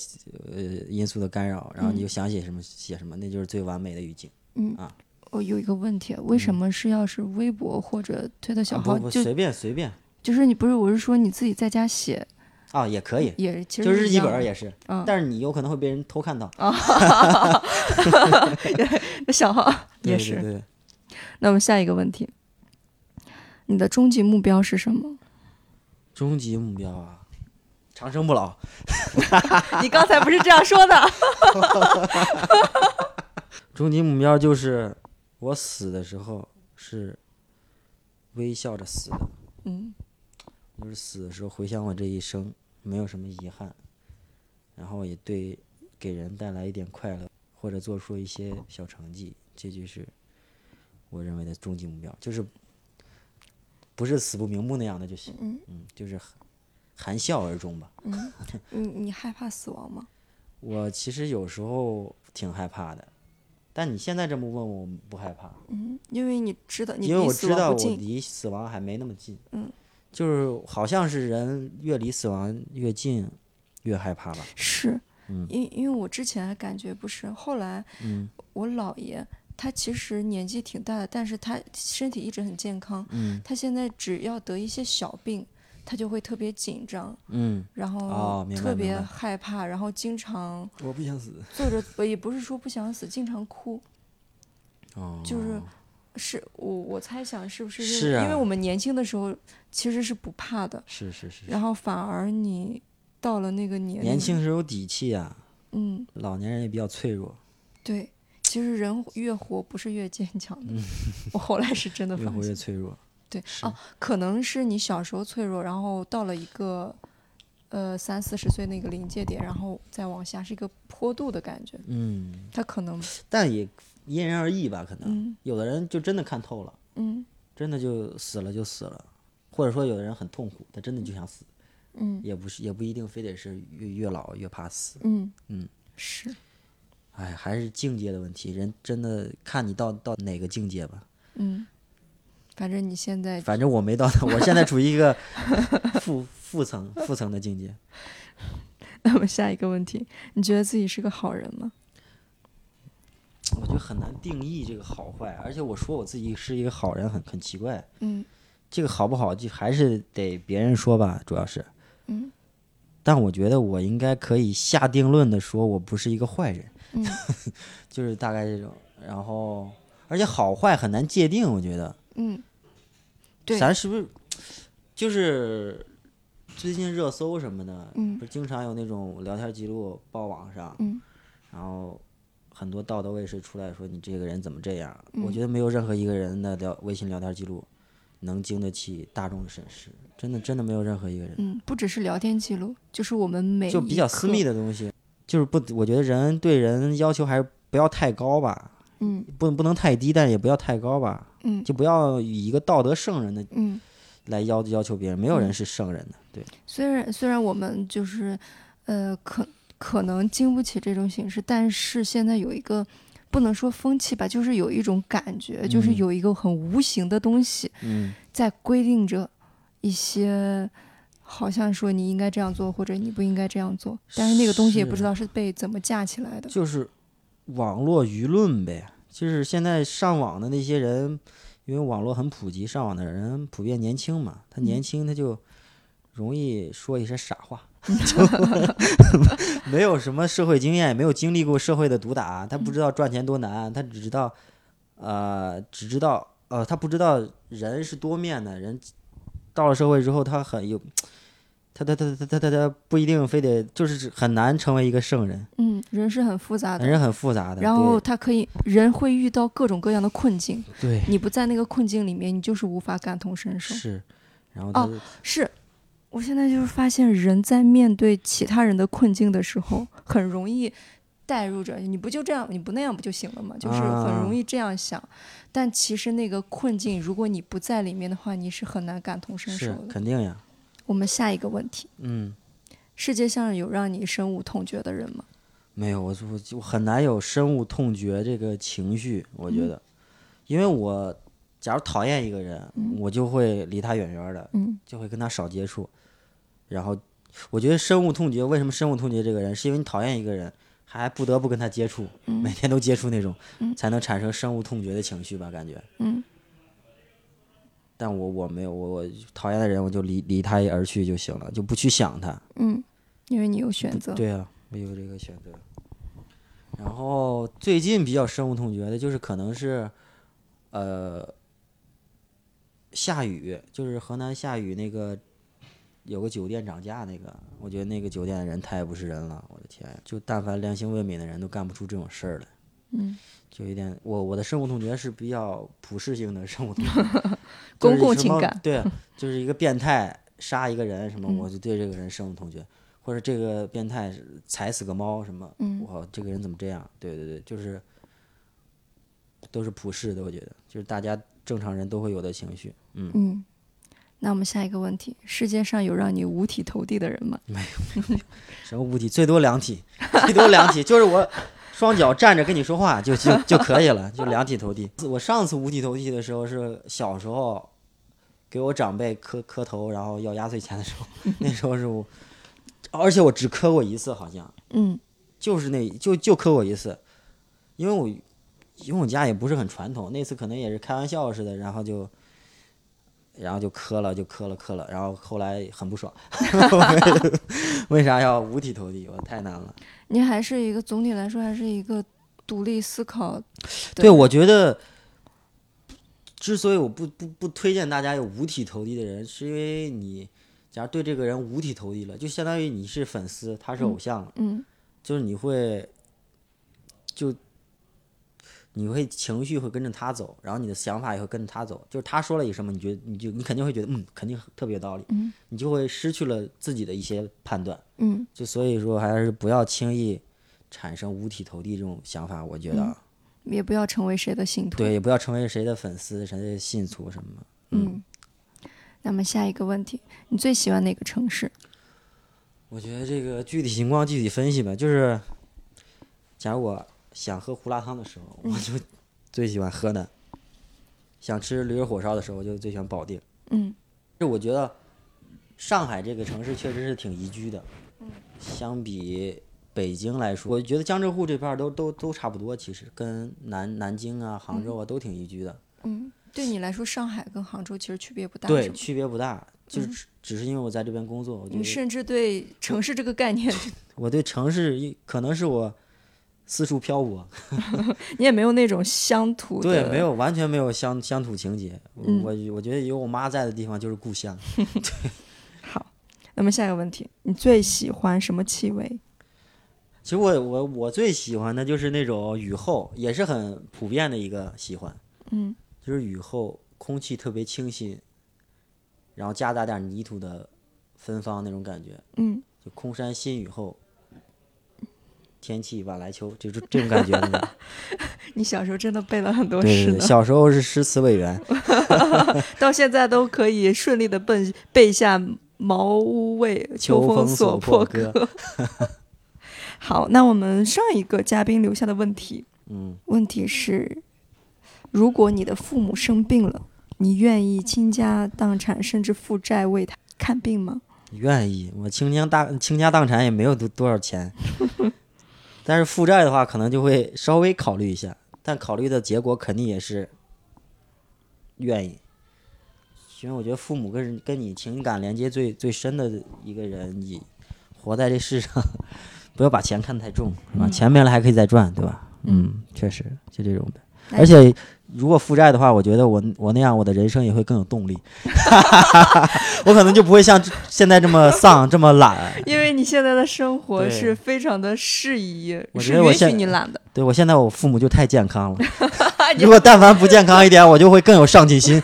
[SPEAKER 3] 呃因素的干扰，然后你就想写什么写什么，那就是最完美的语境。
[SPEAKER 2] 嗯，
[SPEAKER 3] 啊
[SPEAKER 2] 我有一个问题，为什么是要是微博或者推特小
[SPEAKER 3] 嗯啊
[SPEAKER 2] 号？
[SPEAKER 3] 不不
[SPEAKER 2] 就
[SPEAKER 3] 随便随便
[SPEAKER 2] 就是你不是，我是说你自己在家写
[SPEAKER 3] 啊也可以，
[SPEAKER 2] 也其实
[SPEAKER 3] 就是日
[SPEAKER 2] 一
[SPEAKER 3] 记
[SPEAKER 2] 样
[SPEAKER 3] 本儿
[SPEAKER 2] 的
[SPEAKER 3] 也是，
[SPEAKER 2] 嗯啊
[SPEAKER 3] 但是你有可能会被人偷看到，
[SPEAKER 2] 那小号
[SPEAKER 3] 对
[SPEAKER 2] 也
[SPEAKER 3] 对
[SPEAKER 2] 是。
[SPEAKER 3] 对对
[SPEAKER 2] 那么下一个问题，你的终极目标是什么？
[SPEAKER 3] 终极目标啊，长生不老。
[SPEAKER 2] 你刚才不是这样说的？
[SPEAKER 3] 终极目标就是我死的时候是微笑着死的，
[SPEAKER 2] 嗯
[SPEAKER 3] 就是死的时候回想我这一生，没有什么遗憾，然后也对给人带来一点快乐，或者做出一些小成绩，这就是我认为的终极目标，就是不是死不瞑目那样的就行，
[SPEAKER 2] 嗯
[SPEAKER 3] 嗯，就是含含笑而终吧。
[SPEAKER 2] 嗯，你你害怕死亡吗？
[SPEAKER 3] 我其实有时候挺害怕的，但你现在这么问我，我不害怕。
[SPEAKER 2] 嗯，因为你知道你
[SPEAKER 3] 因为
[SPEAKER 2] 离
[SPEAKER 3] 我
[SPEAKER 2] 死
[SPEAKER 3] 知道
[SPEAKER 2] 亡不
[SPEAKER 3] 我
[SPEAKER 2] 近。
[SPEAKER 3] 离死亡还没那么近，
[SPEAKER 2] 嗯，
[SPEAKER 3] 就是好像是人越离死亡越近，越害怕吧，
[SPEAKER 2] 是，
[SPEAKER 3] 嗯
[SPEAKER 2] 因因为我之前感觉不是，后来
[SPEAKER 3] 嗯
[SPEAKER 2] 我姥爷他其实年纪挺大的，但是他身体一直很健康。
[SPEAKER 3] 嗯
[SPEAKER 2] 他现在只要得一些小病，他就会特别紧张，
[SPEAKER 3] 嗯，
[SPEAKER 2] 然后
[SPEAKER 3] 哦明白
[SPEAKER 2] 特别
[SPEAKER 3] 明白
[SPEAKER 2] 害怕，然后经常
[SPEAKER 3] 我不想死，
[SPEAKER 2] 坐着，呃也不是说不想死，经常哭，
[SPEAKER 3] 哦，
[SPEAKER 2] 就是是我我猜想是不是因为
[SPEAKER 3] 是啊
[SPEAKER 2] 因为我们年轻的时候其实是不怕的，
[SPEAKER 3] 是是是，
[SPEAKER 2] 然后反而你到了那个年龄
[SPEAKER 3] 年，轻时候有底气啊，
[SPEAKER 2] 嗯，
[SPEAKER 3] 老年人也比较脆弱，
[SPEAKER 2] 对，其实人越活不是越坚强的，我后来是真的
[SPEAKER 3] 嗯越
[SPEAKER 2] 发
[SPEAKER 3] 活越
[SPEAKER 2] 现，
[SPEAKER 3] 脆弱，
[SPEAKER 2] 对啊，可能是你小时候脆弱，然后到了一个。呃，三四十岁那个临界点，然后再往下是一个坡度的感觉，
[SPEAKER 3] 嗯，
[SPEAKER 2] 它可能，
[SPEAKER 3] 但也因人而异吧，可能
[SPEAKER 2] 嗯
[SPEAKER 3] 有的人就真的看透了，
[SPEAKER 2] 嗯
[SPEAKER 3] 真的就死了就死了，或者说有的人很痛苦，他真的就想死，
[SPEAKER 2] 嗯
[SPEAKER 3] 也不是也不一定非得是越越老越怕死，
[SPEAKER 2] 嗯
[SPEAKER 3] 嗯，
[SPEAKER 2] 是，
[SPEAKER 3] 哎，还是境界的问题，人真的看你到到哪个境界吧。
[SPEAKER 2] 嗯，反正你现在
[SPEAKER 3] 反正我没到，我现在处于一个负负层负层的境界。
[SPEAKER 2] 那么下一个问题，你觉得自己是个好人吗？
[SPEAKER 3] 我觉得很难定义这个好坏，而且我说我自己是一个好人很很奇怪，
[SPEAKER 2] 嗯
[SPEAKER 3] 这个好不好就还是得别人说吧，主要是。
[SPEAKER 2] 嗯。
[SPEAKER 3] 但我觉得我应该可以下定论的说，我不是一个坏人，
[SPEAKER 2] 嗯
[SPEAKER 3] 就是大概这种。然后，而且好坏很难界定，我觉得。
[SPEAKER 2] 嗯，对
[SPEAKER 3] 咱是不是就是最近热搜什么的，
[SPEAKER 2] 嗯
[SPEAKER 3] 不是经常有那种聊天记录报网上，
[SPEAKER 2] 嗯
[SPEAKER 3] 然后很多道德卫士出来说你这个人怎么这样？
[SPEAKER 2] 嗯
[SPEAKER 3] 我觉得没有任何一个人的聊微信聊天记录能经得起大众的审视，真的真的没有任何一个人，
[SPEAKER 2] 嗯，不只是聊天记录，就是我们每
[SPEAKER 3] 就比较私密
[SPEAKER 2] 的，
[SPEAKER 3] 的东西，就是不，我觉得人对人要求还是不要太高吧，
[SPEAKER 2] 嗯
[SPEAKER 3] 不不能太低，但也不要太高吧，
[SPEAKER 2] 嗯
[SPEAKER 3] 就不要以一个道德圣人的
[SPEAKER 2] 嗯。
[SPEAKER 3] 来要要求别人，没有人是圣人的，对。
[SPEAKER 2] 虽然虽然我们就是，呃，可可能经不起这种形式，但是现在有一个。不能说风气吧，就是有一种感觉，就是
[SPEAKER 3] 嗯
[SPEAKER 2] 有一个很无形的东西
[SPEAKER 3] 嗯，
[SPEAKER 2] 在规定着一些，好像说你应该这样做或者你不应该这样做，但是那个东西也不
[SPEAKER 3] 是
[SPEAKER 2] 知道是被怎么架起来的。
[SPEAKER 3] 就是网络舆论呗，就是现在上网的那些人，因为网络很普及，上网的人普遍年轻嘛，他年轻他就容易说一些傻 话，就没有什么社会经验，也没有经历过社会的毒打，他不知道赚钱多难，他只知道，呃，只知道，呃，他不知道人是多面的，人到了社会之后，他很有。他他他他他他他不一定非得就是很难成为一个圣人，
[SPEAKER 2] 嗯，人是很复杂的，
[SPEAKER 3] 人很复杂的。
[SPEAKER 2] 然后他可以，人会遇到各种各样的困境，
[SPEAKER 3] 对，对
[SPEAKER 2] 你不在那个困境里面，你就是无法感同身受。
[SPEAKER 3] 是，然后他
[SPEAKER 2] 哦
[SPEAKER 3] 就、
[SPEAKER 2] 是，我现在就是发现，人在面对其他人的困境的时候，很容易带入着，你不就这样，你不那样不就行了吗？就是很
[SPEAKER 3] 啊
[SPEAKER 2] 容易这样想。但其实那个困境，如果你不在里面的话，你是很难感同身受
[SPEAKER 3] 是
[SPEAKER 2] 的。
[SPEAKER 3] 肯定呀，
[SPEAKER 2] 我们下一个问题：
[SPEAKER 3] 嗯，
[SPEAKER 2] 世界上有让你深恶痛绝的人吗？
[SPEAKER 3] 没有，我我我很难有深恶痛绝这个情绪，我
[SPEAKER 2] 嗯
[SPEAKER 3] 觉得，因为我假如讨厌一个人，我就会离他远远的，
[SPEAKER 2] 嗯
[SPEAKER 3] 就会跟他少接触。然后，我觉得深恶痛绝，为什么深恶痛绝这个人，是因为你讨厌一个人，还不得不跟他接触，
[SPEAKER 2] 嗯
[SPEAKER 3] 每天都接触那种，才能产生深恶痛绝的情绪吧，感觉。
[SPEAKER 2] 嗯。
[SPEAKER 3] 但我我没有，我我讨厌的人，我就离离他而去就行了，就不去想他。
[SPEAKER 2] 嗯，因为你有选择。
[SPEAKER 3] 对啊，我有这个选择。然后最近比较深恶痛绝的就是可能是，呃，下雨，就是河南下雨那个有个酒店涨价那个，我觉得那个酒店的人太不是人了，我的天呀！啊就但凡良心未泯的人都干不出这种事儿来。
[SPEAKER 2] 嗯，，
[SPEAKER 3] 就有点我我的深恶痛绝是比较普世性的深恶痛绝
[SPEAKER 2] 公
[SPEAKER 3] 就是
[SPEAKER 2] 共
[SPEAKER 3] 什
[SPEAKER 2] 情
[SPEAKER 3] 么
[SPEAKER 2] 感
[SPEAKER 3] 对，就是一个变态杀一个人什么，
[SPEAKER 2] 嗯
[SPEAKER 3] 我就对这个人深恶痛绝，或者这个变态是踩死个猫什么，
[SPEAKER 2] 嗯
[SPEAKER 3] 我这个人怎么这样？对对对，就是都是普世的，我觉得就是大家正常人都会有的情绪，嗯，
[SPEAKER 2] 嗯，那我们下一个问题：世界上有让你五体投地的人吗？
[SPEAKER 3] 嗯什么五体最多两体， 最多两体，就是我双脚站着跟你说话就 就就可以了，就两体投地。我上次五体投地的时候是小时候，给我长辈磕磕头，然后要压岁钱的时候，那时候是我，而且我只磕过一次，好像
[SPEAKER 2] 嗯
[SPEAKER 3] 就是那就就磕过一次，因为我因为我家也不是很传统，那次可能也是开玩笑似的，然后就。然后就磕了，就磕了，磕了，然后后来很不爽， 为啥要五体投地？我太难了。
[SPEAKER 2] 你还是一个总体来说还是一个独立思考。
[SPEAKER 3] 对，我觉得，之所以我不不不推荐大家有五体投地的人，是因为你假如对这个人五体投地了，就相当于你是粉丝，他是偶像，
[SPEAKER 2] 嗯
[SPEAKER 3] 就是你会就你会情绪会跟着他走，然后你的想法也会跟着他走，就是他说了一什么，你觉得你就你肯定会觉得嗯，肯定特别有道理，
[SPEAKER 2] 嗯
[SPEAKER 3] 你就会失去了自己的一些判断。
[SPEAKER 2] 嗯，
[SPEAKER 3] 就所以说，还是不要轻易产生五体投地这种想法，我觉得。啊。
[SPEAKER 2] 也不要成为谁的信徒。
[SPEAKER 3] 对，，也不要成为谁的粉丝、谁的信徒什么的。
[SPEAKER 2] 嗯。那么下一个问题，你最喜欢哪个城市？
[SPEAKER 3] 我觉得这个具体情况具体分析吧。就是，假如我想喝胡辣汤的时候，我就
[SPEAKER 2] 嗯
[SPEAKER 3] 最喜欢河南；想吃驴肉火烧的时候，我就最喜欢保定。
[SPEAKER 2] 嗯
[SPEAKER 3] 就我觉得上海这个城市确实是挺宜居的，
[SPEAKER 2] 嗯
[SPEAKER 3] 相比北京来说，我觉得江浙沪这片儿都都都差不多，其实跟南南京啊、杭州啊都挺宜居的。
[SPEAKER 2] 嗯，对你来说，上海跟杭州其实区别不大，是
[SPEAKER 3] 对，
[SPEAKER 2] 吗
[SPEAKER 3] 区嗯别不大，就是只只是因为我在这边工作，我觉
[SPEAKER 2] 你
[SPEAKER 3] 得
[SPEAKER 2] 甚至对城市这个概念，
[SPEAKER 3] 我对城市一可能是我四处漂泊，
[SPEAKER 2] 你也没有那种乡土的
[SPEAKER 3] 对，没有完全没有乡乡土情节。
[SPEAKER 2] 嗯
[SPEAKER 3] 我我觉得有我妈在的地方就是故乡。
[SPEAKER 2] 好。那么下一个问题，你最喜欢什么气味？
[SPEAKER 3] 其实我我我最喜欢的就是那种雨后，也是很普遍的一个喜欢，
[SPEAKER 2] 嗯
[SPEAKER 3] 就是雨后空气特别清新，然后夹杂点泥土的芬芳那种感觉，
[SPEAKER 2] 嗯，
[SPEAKER 3] 就空山新雨后。天气晚来秋，就是这种感 觉那种。
[SPEAKER 2] 你小时候真的背了很多
[SPEAKER 3] 对
[SPEAKER 2] 诗
[SPEAKER 3] 对对，
[SPEAKER 2] 呢，
[SPEAKER 3] 小时候是诗词委 员，
[SPEAKER 2] 到现在都可以顺利的背背下“茅屋为秋
[SPEAKER 3] 风
[SPEAKER 2] 所
[SPEAKER 3] 破
[SPEAKER 2] 歌
[SPEAKER 3] 歌。”。
[SPEAKER 2] 好，那我们上一个嘉宾留下的问题，
[SPEAKER 3] 嗯，
[SPEAKER 2] 问题是：如果你的父母生病了，你愿意倾家荡产甚至负债为他看病吗？
[SPEAKER 3] 愿意，我倾家大倾家荡产也没有多多少钱，但是负债的话，可能就会稍微考虑一下，但考虑的结果肯定也是愿意，因为我觉得父母跟人跟你情感连接最最深的一个人，你活在这世上， 不要把钱看太重，是吧？钱没了还可以再赚，对吧？嗯，确实就这种的。
[SPEAKER 2] 那
[SPEAKER 3] 而且，如果负债的话，我觉得我我那样，我的人生也会更有动力。 我可能就不会像现在这么丧，这么懒。
[SPEAKER 2] 因为你现在的生活
[SPEAKER 3] 对
[SPEAKER 2] 是非常的适宜，
[SPEAKER 3] 我
[SPEAKER 2] 是
[SPEAKER 3] 觉得我
[SPEAKER 2] 允许
[SPEAKER 3] 现
[SPEAKER 2] 你懒的。
[SPEAKER 3] 对我现在，我父母就太健康了。
[SPEAKER 2] 啊你
[SPEAKER 3] 如果但凡不健康一点，我就会更有上进心。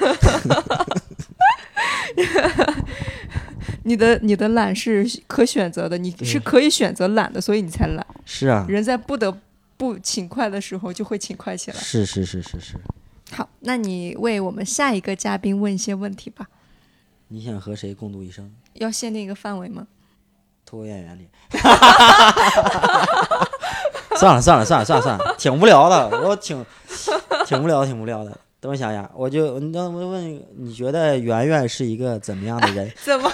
[SPEAKER 2] 你的你的懒是可选择的，你是可以选择懒的，所以你才懒。
[SPEAKER 3] 是啊，
[SPEAKER 2] 人在不得不勤快的时候，就会勤快起来。
[SPEAKER 3] 是是是是是。
[SPEAKER 2] 好，那你为我们下一个嘉宾问一些问题吧。
[SPEAKER 3] 你想和谁共度一生？
[SPEAKER 2] 要限定一个范围吗？
[SPEAKER 3] 脱口演员里。 算了算了算了算了算了，挺无聊的，我挺挺无聊挺无聊的。等我想想，我就你让我问，你觉得圆圆是一个怎么样的 人？
[SPEAKER 2] 怎么？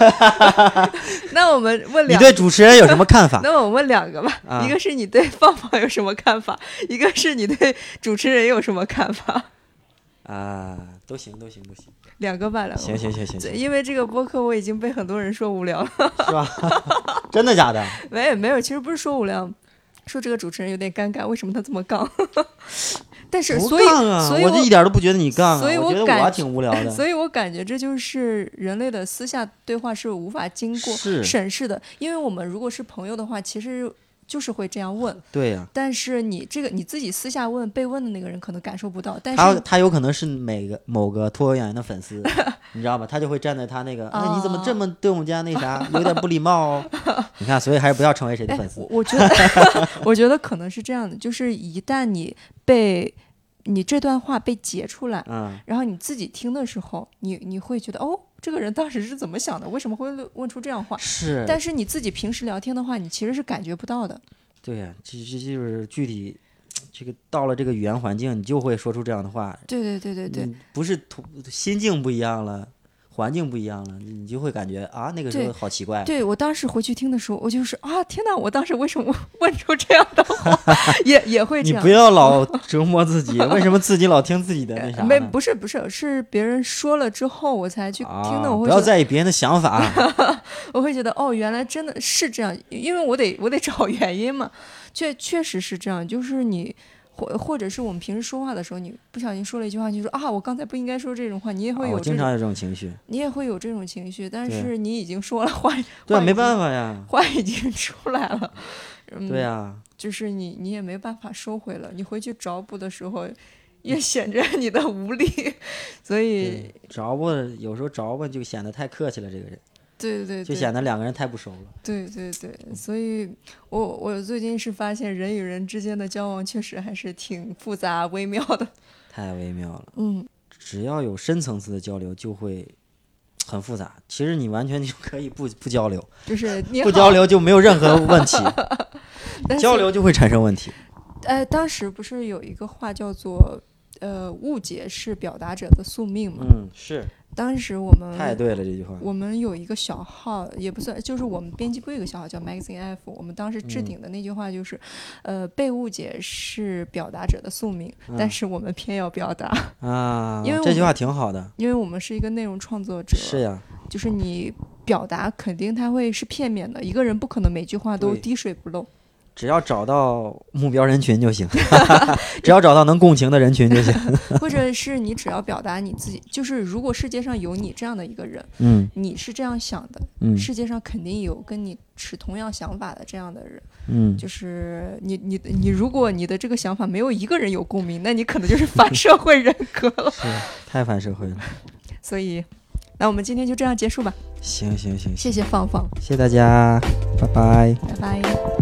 [SPEAKER 2] 那我们问
[SPEAKER 3] 你
[SPEAKER 2] 两，
[SPEAKER 3] 对主持人有什么 看法？
[SPEAKER 2] 那我问两个吧。
[SPEAKER 3] 啊
[SPEAKER 2] 一个是你对放放有什么看法， 一个是你对主持人有什么看法。
[SPEAKER 3] 啊，都行都行都行，
[SPEAKER 2] 两个吧，两个吧。
[SPEAKER 3] 行行行行
[SPEAKER 2] 对，
[SPEAKER 3] 行，
[SPEAKER 2] 因为这个播客我已经被很多人说无聊了，
[SPEAKER 3] 是吧？真的假的？
[SPEAKER 2] 没有没有，其实不是说无聊，说这个主持人有点尴尬，为什么他这么杠？ 但是
[SPEAKER 3] 不
[SPEAKER 2] 所以
[SPEAKER 3] 杠啊，
[SPEAKER 2] 所以
[SPEAKER 3] 我这一点都不觉得你杠啊，
[SPEAKER 2] 所以
[SPEAKER 3] 我
[SPEAKER 2] 我
[SPEAKER 3] 觉得
[SPEAKER 2] 感
[SPEAKER 3] 我
[SPEAKER 2] 觉
[SPEAKER 3] 挺无聊的。
[SPEAKER 2] 所以我感觉这就是人类的私下对话是无法经过
[SPEAKER 3] 是
[SPEAKER 2] 审视的，因为我们如果是朋友的话，其实就是会这样问，
[SPEAKER 3] 对呀、
[SPEAKER 2] 但是你这个你自己私下问被问的那个人可能感受不到，但
[SPEAKER 3] 他
[SPEAKER 2] 是
[SPEAKER 3] 他有可能是每个某个脱口演员的 粉丝，你知道吧？他就会站在他那个，那你怎
[SPEAKER 2] 哦
[SPEAKER 3] 么这么对我们家那啥，有点不礼貌 哦。你看，所以还是不要成为谁的
[SPEAKER 2] 哎
[SPEAKER 3] 粉，丝
[SPEAKER 2] 我。我觉得 我觉得可能是这样的，就是一旦你被你这段话被截出来，
[SPEAKER 3] 嗯，
[SPEAKER 2] 然后你自己听的时候，你你会觉得哦，这个人当时是怎么想的？为什么会问问出这样话？
[SPEAKER 3] 是，
[SPEAKER 2] 但是你自己平时聊天的话，你其实是感觉不到的。
[SPEAKER 3] 对呀、这这这就是具体，这个到了这个语言环境，你就会说出这样的话。
[SPEAKER 2] 对对对对对、
[SPEAKER 3] 你不是图心境不一样了，环境不一样了，你你就会感觉啊，那个时
[SPEAKER 2] 对
[SPEAKER 3] 候好奇怪。
[SPEAKER 2] 对，我当时回去听的时候，我就是啊，天哪！我当时为什么 问出这样的 话？也也会这
[SPEAKER 3] 你
[SPEAKER 2] 样
[SPEAKER 3] 不。要 老折磨自己，为什么自己老听自己的那啥
[SPEAKER 2] 没，
[SPEAKER 3] 呢
[SPEAKER 2] 不是不是，是别人说了之后，我才去听的。
[SPEAKER 3] 啊
[SPEAKER 2] 我会
[SPEAKER 3] 不
[SPEAKER 2] 觉
[SPEAKER 3] 要
[SPEAKER 2] 得
[SPEAKER 3] 在意别人的想法。
[SPEAKER 2] 我会觉得哦，原来真的是这样，因为我得我得找原因嘛，确确实是这样，就是你。或或者是我们平时说话的时候，你不小心说了一句话，你就说啊，我刚才不应该说这种话，你也 会
[SPEAKER 3] 啊
[SPEAKER 2] 有
[SPEAKER 3] 我
[SPEAKER 2] 这
[SPEAKER 3] 经
[SPEAKER 2] 种，
[SPEAKER 3] 常有这种情绪。
[SPEAKER 2] 你也会有这种情绪，但
[SPEAKER 3] 对
[SPEAKER 2] 是你已经说了话，
[SPEAKER 3] 对
[SPEAKER 2] 话
[SPEAKER 3] 啊，
[SPEAKER 2] 已
[SPEAKER 3] 没
[SPEAKER 2] 经
[SPEAKER 3] 办法呀。
[SPEAKER 2] 话已经出来了，嗯，
[SPEAKER 3] 对呀，
[SPEAKER 2] 就是你你也没办法收回了，你回去找补的时候，
[SPEAKER 3] 嗯
[SPEAKER 2] 越显着你的无力，所以
[SPEAKER 3] 对着吧，有时候着吧就显得太客气了，这个人
[SPEAKER 2] 对对对，
[SPEAKER 3] 就显得两个人太不熟了。
[SPEAKER 2] 对对对，
[SPEAKER 3] 嗯
[SPEAKER 2] 所以我我最近是发现人与人之间的交往确实还是挺复杂微妙 的。
[SPEAKER 3] 太微妙了。
[SPEAKER 2] 嗯，
[SPEAKER 3] 只要有深层次的交流，就会很复杂。其实你完全就可以不不交流，
[SPEAKER 2] 就是你好
[SPEAKER 3] 不交，流就没有任何问 题，
[SPEAKER 2] 但是
[SPEAKER 3] 交。流就会产生问题。
[SPEAKER 2] 呃，当时不是有一个话叫做呃误解是表达者的宿命吗？
[SPEAKER 3] 嗯，是
[SPEAKER 2] 当时我们
[SPEAKER 3] 太对了这句话。
[SPEAKER 2] 我们有一个小号，也不算，就是我们编辑部有一个小号叫 Magazine F。我们当时
[SPEAKER 3] 嗯
[SPEAKER 2] 置顶的那句话就是，呃，被误解是表达者的宿命，
[SPEAKER 3] 嗯
[SPEAKER 2] 但是我们偏要表达，
[SPEAKER 3] 啊，
[SPEAKER 2] 因为我
[SPEAKER 3] 这句话挺好的。
[SPEAKER 2] 因为我们是一个内容创作者。
[SPEAKER 3] 是呀，
[SPEAKER 2] 就是你表达肯定它会是片面的，一个人不可能每句话都
[SPEAKER 3] 对
[SPEAKER 2] 滴水不漏。
[SPEAKER 3] 只要找到目标人 群就行，只要找到能共情的人群就行。
[SPEAKER 2] 或者是你只要表达你自己，就是如果世界上有你这样的一个人，
[SPEAKER 3] 嗯
[SPEAKER 2] 你是这样想的，
[SPEAKER 3] 嗯
[SPEAKER 2] 世界上肯定有跟你持同样想法的这样的人。
[SPEAKER 3] 嗯，
[SPEAKER 2] 就是你你你，如果你的这个想法没有一个人有共鸣，那你可能就是反 社会人格了。
[SPEAKER 3] 是太反社会了。
[SPEAKER 2] 所以，那我们今天就这样结束吧。
[SPEAKER 3] 行行行，
[SPEAKER 2] 谢谢放放，
[SPEAKER 3] 谢谢大家，拜拜。
[SPEAKER 2] 拜拜。